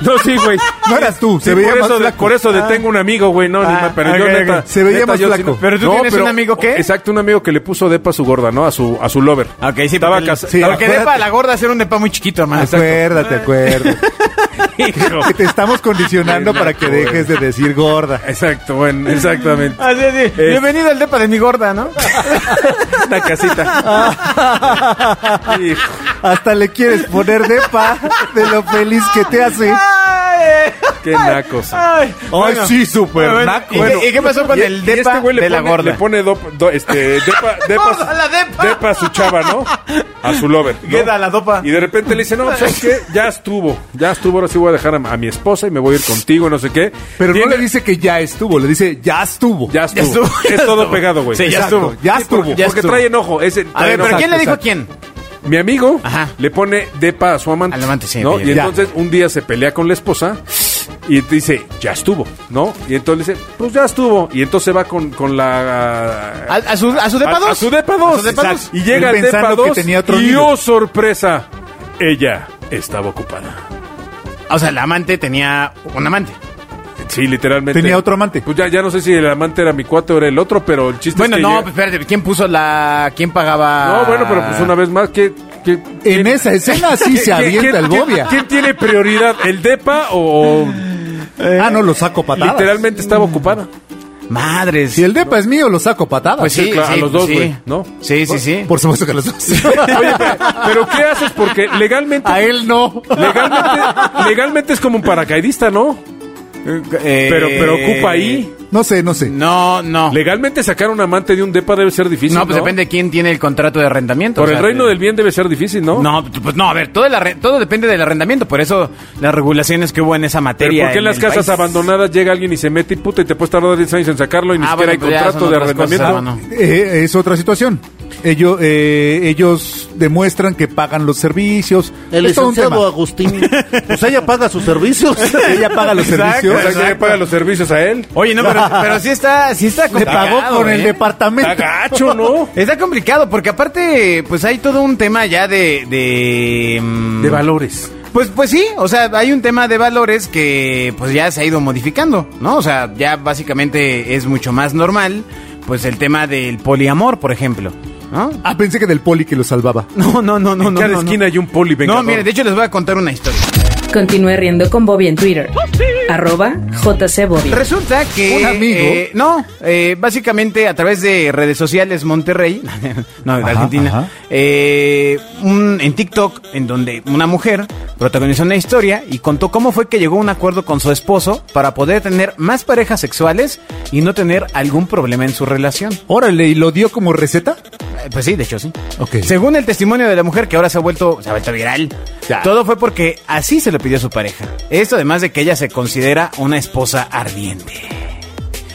Speaker 3: No, no, sí, güey.
Speaker 4: No eras tú,
Speaker 3: Sí,
Speaker 4: se veía
Speaker 3: por,
Speaker 4: más
Speaker 3: eso, de-
Speaker 4: flaco. Ah,
Speaker 3: por eso detengo un amigo, güey. No, ni
Speaker 2: Ah,
Speaker 3: me- pero yo,
Speaker 2: ok, ok.
Speaker 3: neta.
Speaker 4: Se veía
Speaker 3: neta,
Speaker 4: más
Speaker 3: yo sí
Speaker 4: flaco.
Speaker 3: no-
Speaker 2: Pero tú tienes un amigo, ¿qué?
Speaker 3: Exacto, un amigo que le puso depa a su gorda, ¿no? A su, a su lover.
Speaker 2: Ok, sí,
Speaker 3: estaba
Speaker 2: porque-
Speaker 3: casado.
Speaker 4: sí, ah,
Speaker 2: Porque
Speaker 4: acuérdate.
Speaker 2: depa a la gorda hacer un depa muy chiquito, hermano.
Speaker 4: Acuérdate, acuérdate. Que te estamos condicionando para que dejes de decir gorda.
Speaker 3: Exacto, bueno, exactamente.
Speaker 2: Así, así. Bienvenido al depa de mi gorda, ¿no?
Speaker 3: Una casita. Hijo.
Speaker 4: Hasta le quieres poner de pa de lo feliz que te hace.
Speaker 2: Ay, eh.
Speaker 3: Qué nacos.
Speaker 4: Ah.
Speaker 2: Ay,
Speaker 4: Ay, sí, súper
Speaker 2: Bueno,
Speaker 4: naco.
Speaker 2: ¿y,
Speaker 4: Bueno,
Speaker 2: qué- y qué pasó con
Speaker 3: Y-
Speaker 2: el
Speaker 3: y
Speaker 2: depa
Speaker 3: este güey le
Speaker 2: de la
Speaker 3: pone-
Speaker 2: gorda?
Speaker 3: Le pone do- do- este, depa, depa,
Speaker 2: Toda la depa.
Speaker 3: depa a su chava, ¿no? A su lover. ¿no?
Speaker 2: Queda la dopa.
Speaker 3: Y de repente le dice, no, ¿sabes qué? Ya estuvo. Ya estuvo, ahora sí voy a dejar a, a mi esposa y me voy a ir contigo, no sé qué.
Speaker 4: Pero no
Speaker 3: Tiene-
Speaker 4: le dice que ya estuvo, le dice ya estuvo.
Speaker 3: Ya
Speaker 2: Ya
Speaker 3: estuvo.
Speaker 2: estuvo, ya
Speaker 3: es todo
Speaker 2: estuvo.
Speaker 3: pegado, güey.
Speaker 2: Sí, ya
Speaker 3: Exacto.
Speaker 2: estuvo.
Speaker 4: Ya
Speaker 3: Sí, porque-
Speaker 4: estuvo.
Speaker 2: Ya
Speaker 3: porque
Speaker 2: estuvo.
Speaker 3: trae enojo. ese-
Speaker 2: A
Speaker 3: trae
Speaker 2: ver, pero
Speaker 3: enojo.
Speaker 2: ¿quién le dijo a
Speaker 4: exacto.
Speaker 2: quién?
Speaker 3: Mi amigo
Speaker 2: Ajá.
Speaker 3: le pone depa a su amante.
Speaker 2: Al amante, sí,
Speaker 3: ¿no?
Speaker 2: bien.
Speaker 3: Y
Speaker 4: Ya.
Speaker 3: entonces un día se pelea con la esposa y te dice, ya estuvo, ¿no? Y entonces le dice, pues ya estuvo. Y entonces va con, con la...
Speaker 2: ¿A, a su, a su depa
Speaker 3: a-
Speaker 2: dos?
Speaker 3: a su depa dos.
Speaker 2: A su depa dos.
Speaker 3: Exacto. Y llega
Speaker 4: Él
Speaker 3: el depa
Speaker 4: pensando que
Speaker 3: 2
Speaker 4: tenía otro
Speaker 3: y
Speaker 4: nido.
Speaker 3: ¡oh, sorpresa! Ella estaba ocupada.
Speaker 2: O sea, la amante tenía un amante.
Speaker 3: Sí, literalmente.
Speaker 4: Tenía otro amante.
Speaker 3: Pues ya, ya no sé si el amante era mi cuate o era el otro, pero el chiste
Speaker 2: Bueno,
Speaker 3: es que...
Speaker 2: no,
Speaker 3: llega-
Speaker 2: pues, espérate, ¿quién puso la. ¿Quién pagaba.?
Speaker 3: No, bueno, pero pues una vez más, que
Speaker 4: En esa escena sí se avienta el bobia.
Speaker 3: ¿Quién tiene prioridad? ¿El depa o, o
Speaker 4: Ah, no, lo saco patadas.
Speaker 3: literalmente estaba ocupada?
Speaker 2: Madres.
Speaker 4: Si el depa es mío, lo saco patadas.
Speaker 2: Pues sí,
Speaker 3: Sí, claro,
Speaker 2: sí,
Speaker 3: a los dos,
Speaker 2: sí.
Speaker 3: güey, ¿no?
Speaker 2: Sí, sí, sí.
Speaker 4: Por supuesto que los dos.
Speaker 3: Oye, pero, pero ¿qué haces? Porque legalmente,
Speaker 4: A él no.
Speaker 3: legalmente, legalmente es como un paracaidista, ¿no?
Speaker 2: Eh,
Speaker 3: Pero, pero ocupa ahí.
Speaker 4: No sé, no sé.
Speaker 2: No, Eh, no.
Speaker 3: Legalmente sacar un amante de un depa debe ser difícil.
Speaker 2: no, pues depende de quién tiene el contrato de arrendamiento.
Speaker 3: Por
Speaker 2: o
Speaker 3: el
Speaker 2: sea,
Speaker 3: reino
Speaker 2: de-
Speaker 3: del bien debe ser difícil, ¿no?
Speaker 2: No, pues no, a ver, todo, el arre- todo depende del arrendamiento, por eso las regulaciones que hubo en esa
Speaker 3: Pero
Speaker 2: materia.
Speaker 3: ¿por qué en las
Speaker 2: el
Speaker 3: casas
Speaker 2: país?
Speaker 3: abandonadas llega alguien y se mete y puta y te puedes tardar 10 años en sacarlo y ni
Speaker 2: Ah,
Speaker 3: siquiera
Speaker 2: bueno, pues
Speaker 3: hay
Speaker 2: ya
Speaker 3: contrato
Speaker 2: son
Speaker 3: de
Speaker 2: otras
Speaker 3: arrendamiento?
Speaker 2: cosas, ah, no.
Speaker 4: Eh, es otra situación. Ellos, eh, ellos demuestran que pagan los servicios.
Speaker 5: El
Speaker 4: Es todo un
Speaker 5: licenciado
Speaker 4: tema.
Speaker 5: Agustín. Pues ella paga sus servicios.
Speaker 4: Ella paga los
Speaker 2: Exacto,
Speaker 4: servicios.
Speaker 3: O sea, que le paga los servicios a él.
Speaker 2: Oye, no, pero, pero sí está, sí está
Speaker 4: Le
Speaker 2: complicado.
Speaker 4: pagó con el
Speaker 2: ¿eh?
Speaker 3: Está
Speaker 4: departamento.
Speaker 3: gacho, ¿no?
Speaker 2: Está complicado, porque aparte, pues hay todo un tema ya de... De, mm,
Speaker 3: De valores.
Speaker 2: Pues, pues sí, o sea, hay un tema de valores que pues ya se ha ido modificando, ¿no? O sea, ya básicamente es mucho más normal, pues el tema del poliamor, por ejemplo, ¿no?
Speaker 4: Ah, pensé que del poli que lo salvaba.
Speaker 2: No, no, no, no,
Speaker 3: En
Speaker 2: no.
Speaker 3: cada
Speaker 2: no, no.
Speaker 3: esquina hay un poli
Speaker 2: No,
Speaker 3: vengador.
Speaker 2: mire, de hecho les voy a contar una historia.
Speaker 1: Continúe riendo con Bobby en Twitter. Arroba JC Bobby.
Speaker 2: Resulta que.
Speaker 4: ¿Un amigo?
Speaker 2: eh, no, eh, básicamente a través de redes sociales Monterrey, no, de
Speaker 4: Ajá,
Speaker 2: Argentina,
Speaker 4: ajá.
Speaker 2: eh, un- en TikTok, en donde una mujer protagonizó una historia y contó cómo fue que llegó a un acuerdo con su esposo para poder tener más parejas sexuales y no tener algún problema en su relación.
Speaker 4: Órale, ¿y lo dio como receta?
Speaker 2: Eh, Pues sí, de hecho sí.
Speaker 4: Ok.
Speaker 2: Según el testimonio de la mujer que ahora se ha vuelto, se ha vuelto viral,
Speaker 4: Ya.
Speaker 2: todo fue porque así se lo pidió su pareja. Esto además de que ella se considera una esposa ardiente.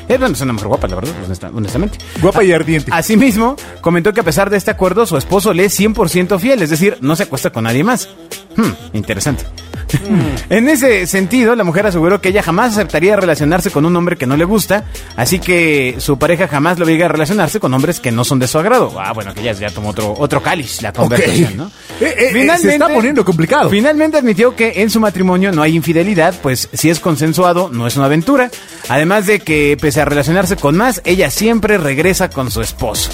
Speaker 2: Eh, bueno, Es una mujer guapa, la verdad, honesta- honestamente.
Speaker 4: Guapa y ardiente.
Speaker 2: Ah, Asimismo, comentó que a pesar de este acuerdo, su esposo le es 100% fiel, es decir, no se acuesta con nadie más. Hmm, interesante.
Speaker 4: Hmm.
Speaker 2: En ese sentido, la mujer aseguró que ella jamás aceptaría relacionarse con un hombre que no le gusta, así que su pareja jamás le obliga a relacionarse con hombres que no son de su agrado. Ah, bueno, que ella ya tomó otro, otro cáliz la conversación,
Speaker 4: Ok.
Speaker 2: ¿no?
Speaker 4: Eh, eh, eh, se está poniendo complicado.
Speaker 2: Finalmente admitió que en su matrimonio no hay infidelidad, pues si es consensuado, no es una aventura. Además de que, pese a relacionarse con más, ella siempre regresa con su esposo.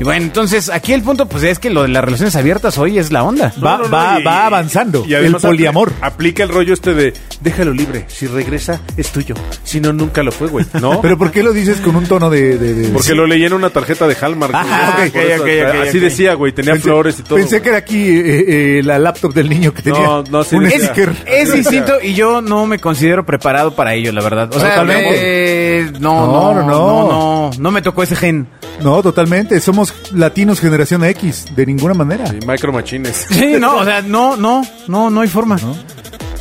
Speaker 2: Y bueno, entonces aquí el punto, pues es que lo de las relaciones abiertas hoy es la onda.
Speaker 4: Va,
Speaker 3: No, no, no,
Speaker 4: va,
Speaker 3: y-
Speaker 4: va avanzando.
Speaker 3: y
Speaker 4: el
Speaker 3: además apl-
Speaker 4: poliamor.
Speaker 3: Aplica el rollo este de déjalo libre. Si regresa, es tuyo. Si no, nunca lo fue, güey. ¿No?
Speaker 4: Pero ¿por qué lo dices con un tono de... de- de-
Speaker 3: Porque lo leí en una tarjeta de Hallmark. güey.
Speaker 4: Ah,
Speaker 3: Por
Speaker 4: ok,
Speaker 3: eso,
Speaker 2: ok, ok,
Speaker 3: Así
Speaker 2: ok.
Speaker 3: decía, güey. Tenía
Speaker 4: Pensé-
Speaker 3: flores y todo.
Speaker 4: Pensé
Speaker 3: güey.
Speaker 4: que era aquí eh, eh, la laptop del niño que tenía
Speaker 3: No, no, sí
Speaker 4: un
Speaker 3: decía.
Speaker 4: sticker.
Speaker 2: Es distinto y yo no me considero preparado para ello, la verdad. O sea,
Speaker 4: Totalmente.
Speaker 2: eh, no, no, no,
Speaker 4: No, no,
Speaker 2: no,
Speaker 4: no.
Speaker 2: no, me tocó ese gen.
Speaker 4: No, totalmente. Somos latinos generación X, de ninguna manera.
Speaker 3: Sí, Micro Machines.
Speaker 2: Sí, no, o sea, no, no, no, no hay forma.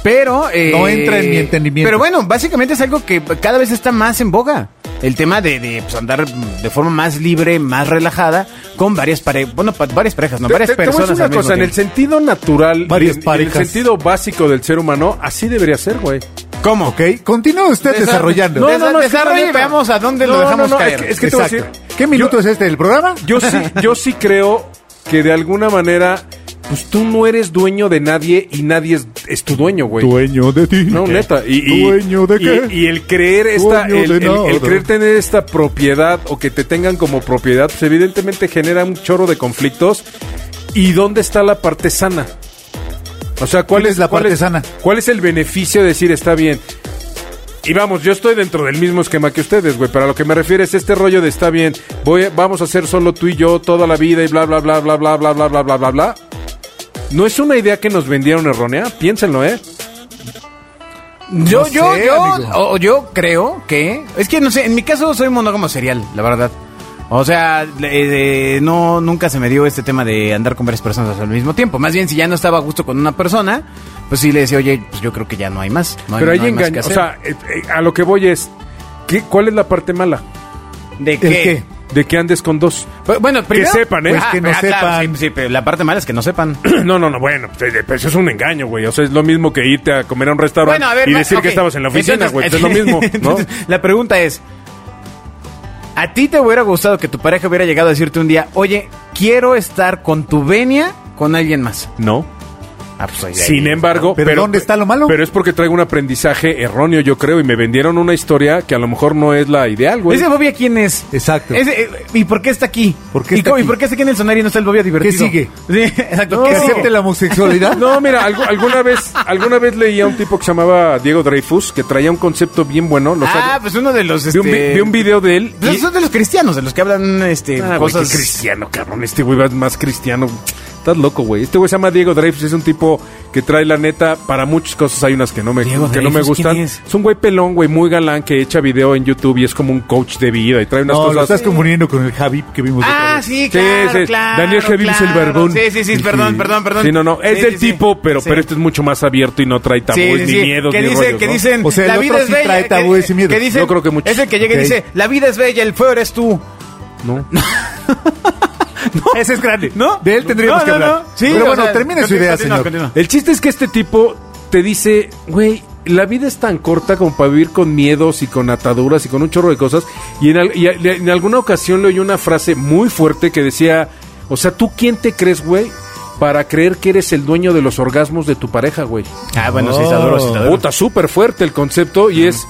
Speaker 2: Pero... eh,
Speaker 4: No entra en mi entendimiento.
Speaker 2: Pero bueno, básicamente es algo que cada vez está más en boga. El tema de, de, pues, andar de forma más libre, más relajada, con varias parejas, bueno, pa- varias parejas, no,
Speaker 3: Te-
Speaker 2: varias
Speaker 3: te- te voy a
Speaker 2: personas.
Speaker 3: decir
Speaker 2: al
Speaker 3: una
Speaker 2: mismo
Speaker 3: cosa, en el
Speaker 2: tiempo.
Speaker 3: sentido natural,
Speaker 4: Varias
Speaker 3: en- en el
Speaker 4: parejas.
Speaker 3: sentido básico del ser humano, así debería ser, güey.
Speaker 2: ¿Cómo?
Speaker 4: Ok, continúe usted
Speaker 2: Desa-
Speaker 4: desarrollando.
Speaker 2: No,
Speaker 4: Desa-
Speaker 2: no, no,
Speaker 3: es que la
Speaker 2: desarrolle y
Speaker 3: neta-
Speaker 2: veamos a dónde lo
Speaker 3: No, no,
Speaker 2: dejamos
Speaker 3: no, es
Speaker 2: caer.
Speaker 3: que- es que te voy a
Speaker 4: Exacto.
Speaker 3: decir-
Speaker 4: ¿Qué minuto es este del programa?
Speaker 3: Yo sí, yo sí creo que de alguna manera, pues tú no eres dueño de nadie y nadie es, es tu dueño, güey.
Speaker 4: Dueño de ti.
Speaker 3: No, neta. Y, y-
Speaker 4: ¿Dueño de qué?
Speaker 3: Y, y el creer esta,
Speaker 4: Dueño
Speaker 3: el,
Speaker 4: de
Speaker 3: el- el
Speaker 4: nada.
Speaker 3: creer tener esta propiedad o que te tengan como propiedad, pues evidentemente genera un chorro de conflictos. ¿Y dónde está la parte sana? O sea, ¿cuál
Speaker 4: ¿Cuál
Speaker 3: es
Speaker 4: es la
Speaker 3: cuál
Speaker 4: parte sana?
Speaker 3: ¿Cuál es el beneficio de decir está bien? Y vamos, yo estoy dentro del mismo esquema que ustedes, güey. Pero a lo que me refiero es este rollo de está bien, voy, vamos a ser solo tú y yo toda la vida y bla, bla, bla, bla, bla, bla, bla, bla, bla, bla, bla. No es una idea que nos vendieron errónea, piénsenlo, ¿eh?
Speaker 2: Yo,
Speaker 4: No
Speaker 2: yo,
Speaker 4: sé,
Speaker 2: yo,
Speaker 4: amigo.
Speaker 2: o- yo creo que. Es que no sé, en mi caso soy monógamo serial, la verdad. O sea, le- eh, no, nunca se me dio este tema de andar con varias personas al mismo tiempo. Más bien, si ya no estaba a gusto con una persona, pues sí le decía, oye, pues yo creo que ya no hay más. No hay-
Speaker 3: Pero ahí
Speaker 2: no hay más
Speaker 3: engaña.
Speaker 2: que
Speaker 3: O
Speaker 2: hacer".
Speaker 3: sea, eh, eh, a lo que voy es. ¿qué, ¿Cuál es la parte mala?
Speaker 2: ¿de
Speaker 4: ¿el qué?
Speaker 2: qué?
Speaker 3: De que andes con dos.
Speaker 2: Pues, Bueno, primero.
Speaker 3: sepan, ¿eh?
Speaker 2: Pues
Speaker 4: que no sepan.
Speaker 2: sí, sí, pero la parte mala es que no sepan.
Speaker 3: no, no, no, bueno, pues, eh, pues, eso es un engaño, güey. O sea, es lo mismo que irte a comer a un restaurante
Speaker 2: Bueno, a ver,
Speaker 3: y
Speaker 2: va-
Speaker 3: decir
Speaker 2: ok.
Speaker 3: que estabas en la oficina,
Speaker 2: Entonces,
Speaker 3: güey. pues, es lo mismo, ¿no?
Speaker 2: entonces, La pregunta es: ¿a ti te hubiera gustado que tu pareja hubiera llegado a decirte un día, oye, quiero estar con tu venia con alguien más?
Speaker 3: No.
Speaker 2: Ah, pues, ahí-
Speaker 3: Sin em-,
Speaker 2: ahí-
Speaker 3: embargo,
Speaker 4: ¿Pero dónde está lo malo?
Speaker 3: Pero es porque traigo un aprendizaje erróneo, yo creo, y me vendieron una historia que a lo mejor no es la ideal, güey.
Speaker 2: ¿Ese Bobia quién es?
Speaker 4: Exacto.
Speaker 2: Ese, eh, ¿Y por qué está aquí?
Speaker 4: ¿Por qué
Speaker 2: ¿Y,
Speaker 4: está
Speaker 2: cómo- y
Speaker 4: aquí?
Speaker 2: por qué está aquí en el sonar y no está el Bobia divertido?
Speaker 4: sigue?
Speaker 2: Sí, exacto.
Speaker 4: ¿Que
Speaker 2: ¿qué sigue?
Speaker 4: acepte la homosexualidad?
Speaker 3: No, mira, algu- alguna vez, alguna vez leí a un tipo que se llamaba Diego Dreyfus que traía un concepto bien bueno. Lo
Speaker 2: Ah,
Speaker 3: sabe-
Speaker 2: pues uno de los.
Speaker 3: vi, un, vi-
Speaker 2: este,
Speaker 3: vi un video de él.
Speaker 2: pues
Speaker 3: y-
Speaker 2: Son de los cristianos, de los que hablan este,
Speaker 3: Ah, güey, qué
Speaker 2: cosas.
Speaker 3: cristiano, cabrón. Este güey va más cristiano. Estás loco, güey. Este güey se llama Diego Dreyfus. Es un tipo que trae la neta para muchas cosas. Hay unas que no me, que
Speaker 2: Diego
Speaker 3: no me
Speaker 2: Dreyfus,
Speaker 3: gustan.
Speaker 2: ¿quién
Speaker 3: Es?
Speaker 2: es?
Speaker 3: un güey pelón, güey, muy galán que echa video en YouTube y es como un coach de vida y trae unas
Speaker 4: No, lo
Speaker 3: cosas.
Speaker 4: estás confundiendo con el Javi que vimos. otra
Speaker 2: Ah,
Speaker 4: vez.
Speaker 2: sí,
Speaker 3: Sí,
Speaker 2: claro,
Speaker 3: sí.
Speaker 2: claro,
Speaker 3: Daniel Javid es el
Speaker 2: claro.
Speaker 3: barbón.
Speaker 2: Sí, sí, sí, perdón, perdón, perdón.
Speaker 3: Sí, no, no. Es
Speaker 2: Sí, sí,
Speaker 3: del
Speaker 2: sí.
Speaker 3: tipo, pero,
Speaker 2: Sí.
Speaker 3: pero este es mucho más abierto y no trae tabús,
Speaker 2: Sí, sí, sí.
Speaker 3: ni miedos,
Speaker 2: que
Speaker 3: ni
Speaker 2: dicen,
Speaker 3: rollos,
Speaker 2: que
Speaker 3: ¿no?
Speaker 2: dicen,
Speaker 4: O sea, el
Speaker 2: la
Speaker 4: otro
Speaker 2: vida es
Speaker 4: sí
Speaker 2: bella.
Speaker 4: trae
Speaker 2: que-
Speaker 4: tabúes y miedos.
Speaker 2: que dicen-
Speaker 3: Yo creo que muchos.
Speaker 2: Es el que llega
Speaker 4: Ok.
Speaker 2: y dice, la vida es bella, el feo eres tú.
Speaker 3: No.
Speaker 4: Ese es grande.
Speaker 2: ¿No?
Speaker 4: De él tendríamos
Speaker 2: No,
Speaker 4: que
Speaker 2: no,
Speaker 4: hablar.
Speaker 2: no. Sí,
Speaker 4: Pero
Speaker 2: o
Speaker 4: bueno,
Speaker 2: sea,
Speaker 4: termine su
Speaker 2: continúa,
Speaker 4: idea,
Speaker 2: continúa,
Speaker 4: señor.
Speaker 2: continúa.
Speaker 3: El chiste es que este tipo te dice, güey, la vida es tan corta como para vivir con miedos y con ataduras y con un chorro de cosas. Y en, al- y a- y en alguna ocasión le oí una frase muy fuerte que decía, o sea, ¿tú quién te crees, güey? Para creer que eres el dueño de los orgasmos de tu pareja, güey.
Speaker 2: Ah, bueno, sí,
Speaker 4: Oh.
Speaker 2: está duro, sí, está duro.
Speaker 3: Puta, súper fuerte el concepto y es...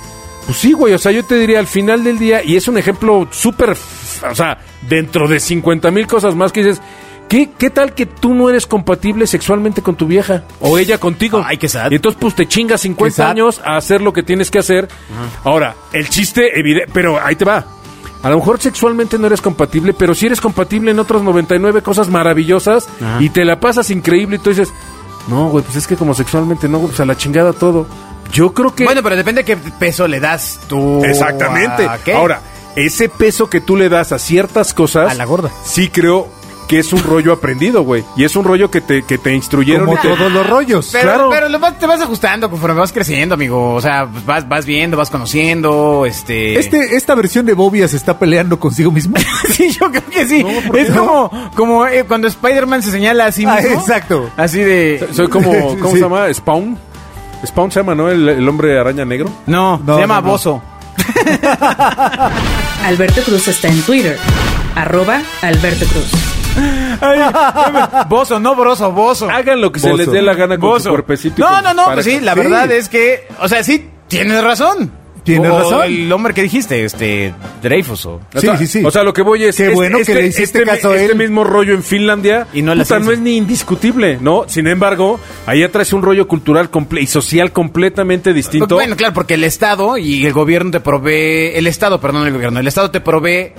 Speaker 3: Pues sí, güey, o sea, yo te diría al final del día, y es un ejemplo súper, f- o sea, dentro de 50 mil cosas más que dices, ¿qué, ¿qué tal que tú no eres compatible sexualmente con tu vieja? O ella contigo.
Speaker 2: Ay, qué sad.
Speaker 3: Y entonces, pues te chingas
Speaker 4: Qué
Speaker 3: 50
Speaker 4: sad.
Speaker 3: años a hacer lo que tienes que hacer. Ahora, el chiste, evidente, pero ahí te va. A lo mejor sexualmente no eres compatible, pero sí eres compatible en otras 99 cosas maravillosas y te la pasas increíble y tú dices, no, güey, pues es que como sexualmente no, güey, pues a la chingada todo. Yo creo que... Oh,
Speaker 2: Bueno, pero depende de qué peso le das tú.
Speaker 3: Exactamente.
Speaker 2: ¿a qué?
Speaker 3: Ahora, ese peso que tú le das a ciertas cosas.
Speaker 2: A la gorda.
Speaker 3: Sí creo que es un rollo aprendido, güey. Y es un rollo que te, que te instruyeron.
Speaker 4: Como
Speaker 3: y te-
Speaker 4: todos los rollos.
Speaker 2: Pero,
Speaker 3: claro.
Speaker 2: pero lo vas- te vas ajustando conforme vas creciendo, amigo. O sea, pues, vas, vas viendo, vas conociendo, este...
Speaker 4: Este, esta versión de Bobia se está peleando consigo mismo.
Speaker 2: Sí, yo creo que sí.
Speaker 4: No, ¿por qué
Speaker 2: es como, como eh, cuando Spider-Man se señala a sí
Speaker 4: Ah,
Speaker 2: mismo.
Speaker 4: exacto.
Speaker 2: Así de...
Speaker 3: Soy como. ¿Cómo
Speaker 4: Sí.
Speaker 3: se llama? Spawn. Spawn se llama, ¿no? El, el hombre araña negro.
Speaker 2: No,
Speaker 4: No,
Speaker 2: se llama
Speaker 4: no, no.
Speaker 2: Bozo.
Speaker 1: Alberto Cruz está en Twitter. Arroba Alberto Cruz.
Speaker 2: Bozo, no broso, bozo.
Speaker 3: Hagan lo que se
Speaker 4: Bozo.
Speaker 3: les dé Ah, la gana con su
Speaker 2: Bozo.
Speaker 3: cuerpecito. y
Speaker 2: No,
Speaker 3: con
Speaker 2: no,
Speaker 3: sus
Speaker 2: no, pues
Speaker 3: parejas.
Speaker 2: sí, la verdad es que, o sea, sí, tienes razón.
Speaker 4: Tienes
Speaker 2: O
Speaker 4: razón.
Speaker 2: El hombre que dijiste, este, Dreyfus o...
Speaker 3: O
Speaker 4: Sí,
Speaker 3: sea,
Speaker 4: sí, sí.
Speaker 3: O sea, lo que voy es.
Speaker 4: Qué bueno que le hiciste
Speaker 3: este,
Speaker 4: caso a
Speaker 3: este
Speaker 4: él.
Speaker 3: mismo rollo en Finlandia.
Speaker 2: Y no en la
Speaker 3: puta, no
Speaker 2: ciencia.
Speaker 3: es ni indiscutible, ¿no? Sin embargo, ahí atrás un rollo cultural comple- y social completamente distinto.
Speaker 2: Pues, Bueno, claro, porque el Estado y el gobierno te provee, el Estado, perdón, el gobierno, el Estado te provee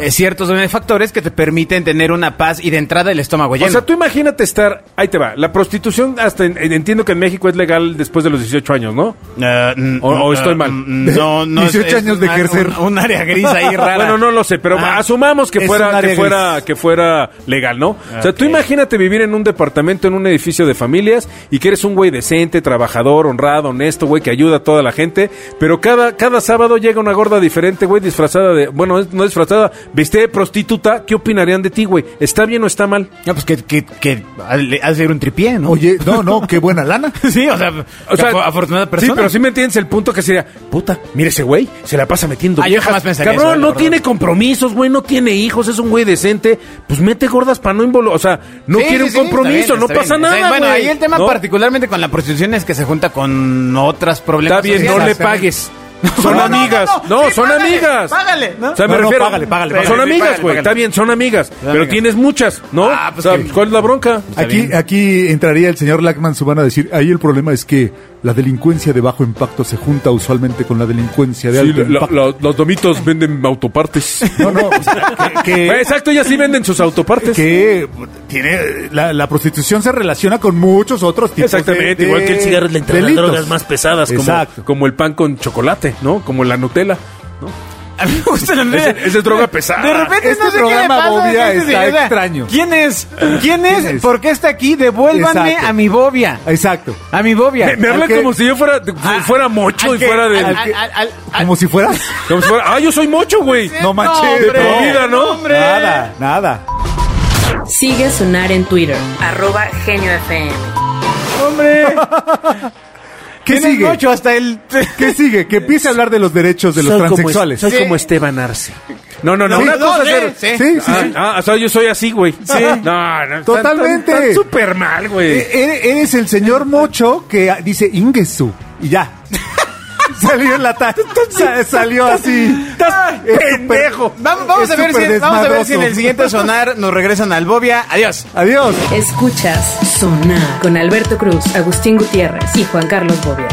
Speaker 2: eh, ciertos factores que te permiten tener una paz y de entrada el estómago lleno.
Speaker 3: O sea, tú imagínate estar. Ahí te va. La prostitución, hasta en- en- entiendo que en México es legal después de los 18 años, ¿no?
Speaker 2: Eh, mm,
Speaker 3: O- o
Speaker 2: eh,
Speaker 3: estoy mal.
Speaker 2: mm, No, no. es-
Speaker 4: 18
Speaker 2: es
Speaker 4: años de
Speaker 2: una-
Speaker 4: ejercer.
Speaker 2: Un, un área gris ahí rara.
Speaker 3: Bueno, no lo sé, pero
Speaker 2: Ah,
Speaker 3: asumamos que
Speaker 4: es un
Speaker 3: fuera,
Speaker 4: área
Speaker 3: que
Speaker 4: gris.
Speaker 3: fuera, que fuera legal, ¿no? O sea, tú
Speaker 2: Ok.
Speaker 3: imagínate vivir en un departamento, en un edificio de familias, y que eres un güey decente, trabajador, honrado, honesto, güey, que ayuda a toda la gente, pero cada, cada sábado llega una gorda diferente, güey, disfrazada de, bueno, no disfrazada, vestida de prostituta, ¿qué opinarían de ti, güey? ¿Está bien o está mal?
Speaker 2: No, pues que, que, que ha de ha de ser un tripié, ¿no?
Speaker 4: Oye, no, no, qué buena lana.
Speaker 2: Sí, o sea,
Speaker 3: O sea,
Speaker 2: afo- afortunada persona.
Speaker 3: Sí, pero sí me entiendes el punto que sería, puta, mire ese güey, se la pasa metiendo
Speaker 2: Ah, yo
Speaker 3: viejas.
Speaker 2: jamás pensaría
Speaker 3: Cabrón,
Speaker 2: eso, la
Speaker 3: no
Speaker 2: verdad.
Speaker 3: tiene compromisos, güey, no tiene hijos, es un güey decente. Pues mete gordas para no involucrar, o sea, no
Speaker 2: Sí, sí,
Speaker 3: quiere un
Speaker 2: sí, está
Speaker 3: compromiso,
Speaker 2: bien,
Speaker 3: no
Speaker 2: está
Speaker 3: pasa
Speaker 2: bien,
Speaker 3: nada,
Speaker 2: está bien. Bueno,
Speaker 3: güey,
Speaker 2: ahí el tema
Speaker 3: ¿no?
Speaker 2: particularmente con la prostitución es que se junta con otras problemas
Speaker 3: Está bien, no
Speaker 2: sociales.
Speaker 3: le pagues. Son
Speaker 2: No, no, no,
Speaker 3: amigas. No,
Speaker 2: no, sí,
Speaker 3: son
Speaker 2: págale,
Speaker 3: amigas.
Speaker 2: págale, ¿no?
Speaker 3: O sea, me
Speaker 2: No, no,
Speaker 3: refiero.
Speaker 2: págale, págale,
Speaker 3: Son
Speaker 2: págale,
Speaker 3: amigas,
Speaker 2: págale,
Speaker 3: güey.
Speaker 2: págale.
Speaker 3: Está bien, son amigas. Pero
Speaker 2: amigas.
Speaker 3: tienes muchas, ¿no?
Speaker 2: Ah, pues
Speaker 3: o sea,
Speaker 2: que-
Speaker 3: ¿cuál es la bronca?
Speaker 4: Aquí, aquí entraría el señor Lackman Subana a decir, ahí el problema es que la delincuencia de bajo impacto se junta usualmente con la delincuencia de
Speaker 3: Sí,
Speaker 4: alto
Speaker 3: la- la-
Speaker 4: impacto.
Speaker 3: la- los domitos venden autopartes.
Speaker 4: No, no, o sea, que, que-
Speaker 3: Pues, Exacto, ellas sí venden sus autopartes.
Speaker 4: que tiene la, la prostitución se relaciona con muchos otros tipos de-
Speaker 3: Exactamente,
Speaker 4: de
Speaker 3: igual que el
Speaker 5: cigarro le entra las
Speaker 4: delitos.
Speaker 5: drogas más pesadas, como-
Speaker 4: Exacto.
Speaker 3: Como el pan con chocolate, ¿no? Como la Nutella.
Speaker 2: A mí me gusta la
Speaker 3: Esa esa es droga pesada.
Speaker 2: De repente
Speaker 4: Este
Speaker 2: no sé qué le
Speaker 4: programa
Speaker 2: pasa. a
Speaker 4: Bobia
Speaker 2: este
Speaker 4: está
Speaker 2: señor. O sea,
Speaker 4: extraño.
Speaker 2: ¿Quién es? ¿Quién es?
Speaker 4: ¿Quién es?
Speaker 2: ¿Por qué está aquí? Devuélvanme
Speaker 4: Exacto.
Speaker 2: a mi bobia.
Speaker 4: Exacto.
Speaker 2: A mi bobia.
Speaker 3: Me, me hablan
Speaker 4: Al que-
Speaker 3: como si yo fuera, fu-
Speaker 2: Ah,
Speaker 3: fuera mocho
Speaker 2: al
Speaker 3: y
Speaker 2: que-
Speaker 3: fuera de...
Speaker 2: al- al- al- al-
Speaker 4: Como si fueras.
Speaker 3: como si fuera- ah, yo soy mocho, güey.
Speaker 4: No manches.
Speaker 2: hombre,
Speaker 4: no.
Speaker 3: vida, ¿no?
Speaker 2: hombre.
Speaker 4: Nada, nada.
Speaker 1: Sigue a Sonar en Twitter, arroba Genio FM.
Speaker 2: Hombre.
Speaker 4: ¿Qué
Speaker 2: Tienes
Speaker 4: sigue?
Speaker 2: mocho hasta el.
Speaker 4: ¿Qué sigue? Que empiece a hablar de los derechos de los
Speaker 5: Soy como-
Speaker 4: transexuales.
Speaker 5: soy
Speaker 2: Sí.
Speaker 5: como Esteban Arce.
Speaker 3: No, no, no.
Speaker 2: Sí,
Speaker 3: una
Speaker 2: no,
Speaker 3: cosa es
Speaker 2: sí,
Speaker 3: ser-
Speaker 2: sí.
Speaker 4: Sí, sí,
Speaker 3: Ah,
Speaker 4: sí.
Speaker 3: ah, o sea, yo soy así, güey.
Speaker 2: Sí.
Speaker 3: No, no.
Speaker 4: Totalmente.
Speaker 3: Están- Están súper mal, güey.
Speaker 4: E- Eres, el señor mocho que ah, dice Ingesu y ya. salió en la ta- sa- salió así.
Speaker 2: Estás
Speaker 4: Es súper-
Speaker 2: pendejo. Vamos, vamos
Speaker 4: es
Speaker 2: a ver
Speaker 4: súper
Speaker 2: si, vamos a ver
Speaker 4: desmadroso.
Speaker 2: si en el siguiente sonar nos regresan al bobia. Adiós.
Speaker 4: Adiós.
Speaker 1: Escuchas Sonar con Alberto Cruz, Agustín Gutiérrez y Juan Carlos Bobia.